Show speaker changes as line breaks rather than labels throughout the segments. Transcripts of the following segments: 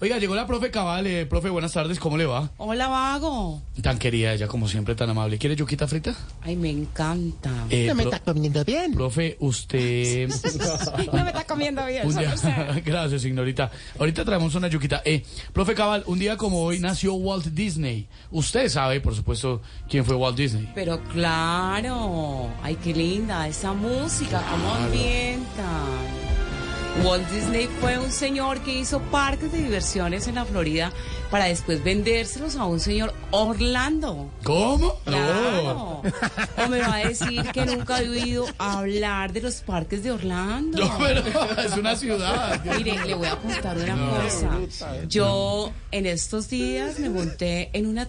Oiga, llegó la profe Cabal. Eh, profe, buenas tardes. ¿Cómo le va?
Hola, vago.
Tan querida ella, como siempre, tan amable. ¿Quiere yuquita frita?
Ay, me encanta.
Eh, pro-
comiendo bien.
profe, usted...
No me está comiendo bien.
un día-
solo sé.
Gracias, señorita. Ahorita traemos una yuquita. Eh, profe Cabal, un día como hoy nació Walt Disney. Usted sabe, por supuesto, quién fue Walt Disney.
Pero claro. Ay, qué linda esa música. Cómo ambienta. Walt Disney fue un señor que hizo parques de diversiones en la Florida para después vendérselos a un señor Orlando.
¿Cómo? Oh.
Claro. O me va a decir que nunca he oído hablar de los parques de Orlando.
No, pero es una ciudad.
Mire, le voy a contar una cosa. Yo en estos días me monté en una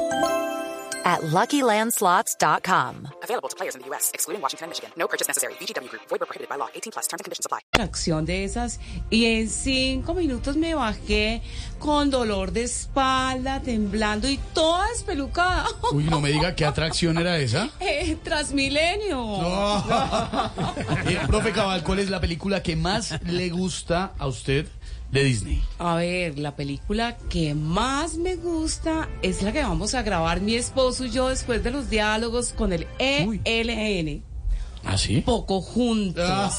at LuckyLandSlots.com.
Available to players in the U.S., excluding Washington and Michigan. No purchase necessary. VGW Group. Void where prohibited by law. 18 plus. Terms and conditions apply.
atracción de esas y en cinco minutos me bajé con dolor de espalda, temblando y toda espelucada.
Uy, no me diga qué atracción era esa.
Eh, Transmilenio.
Eh, profe Cabal, ¿cuál es la película que más le gusta a usted de Disney?
A ver, la película que más me gusta es la que vamos a grabar mi esposo y yo después de los diálogos con el E
Uy.
ELN.
¿Ah, sí?
poco juntos.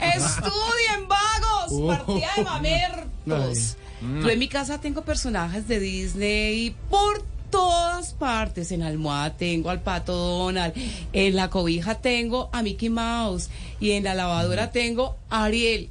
Estudien, vagos, partida de mamertos. Yo en mi casa tengo personajes de Disney por todas partes. En la almohada tengo al pato Donald, en la cobija tengo a Mickey Mouse y en la lavadora tengo a Ariel.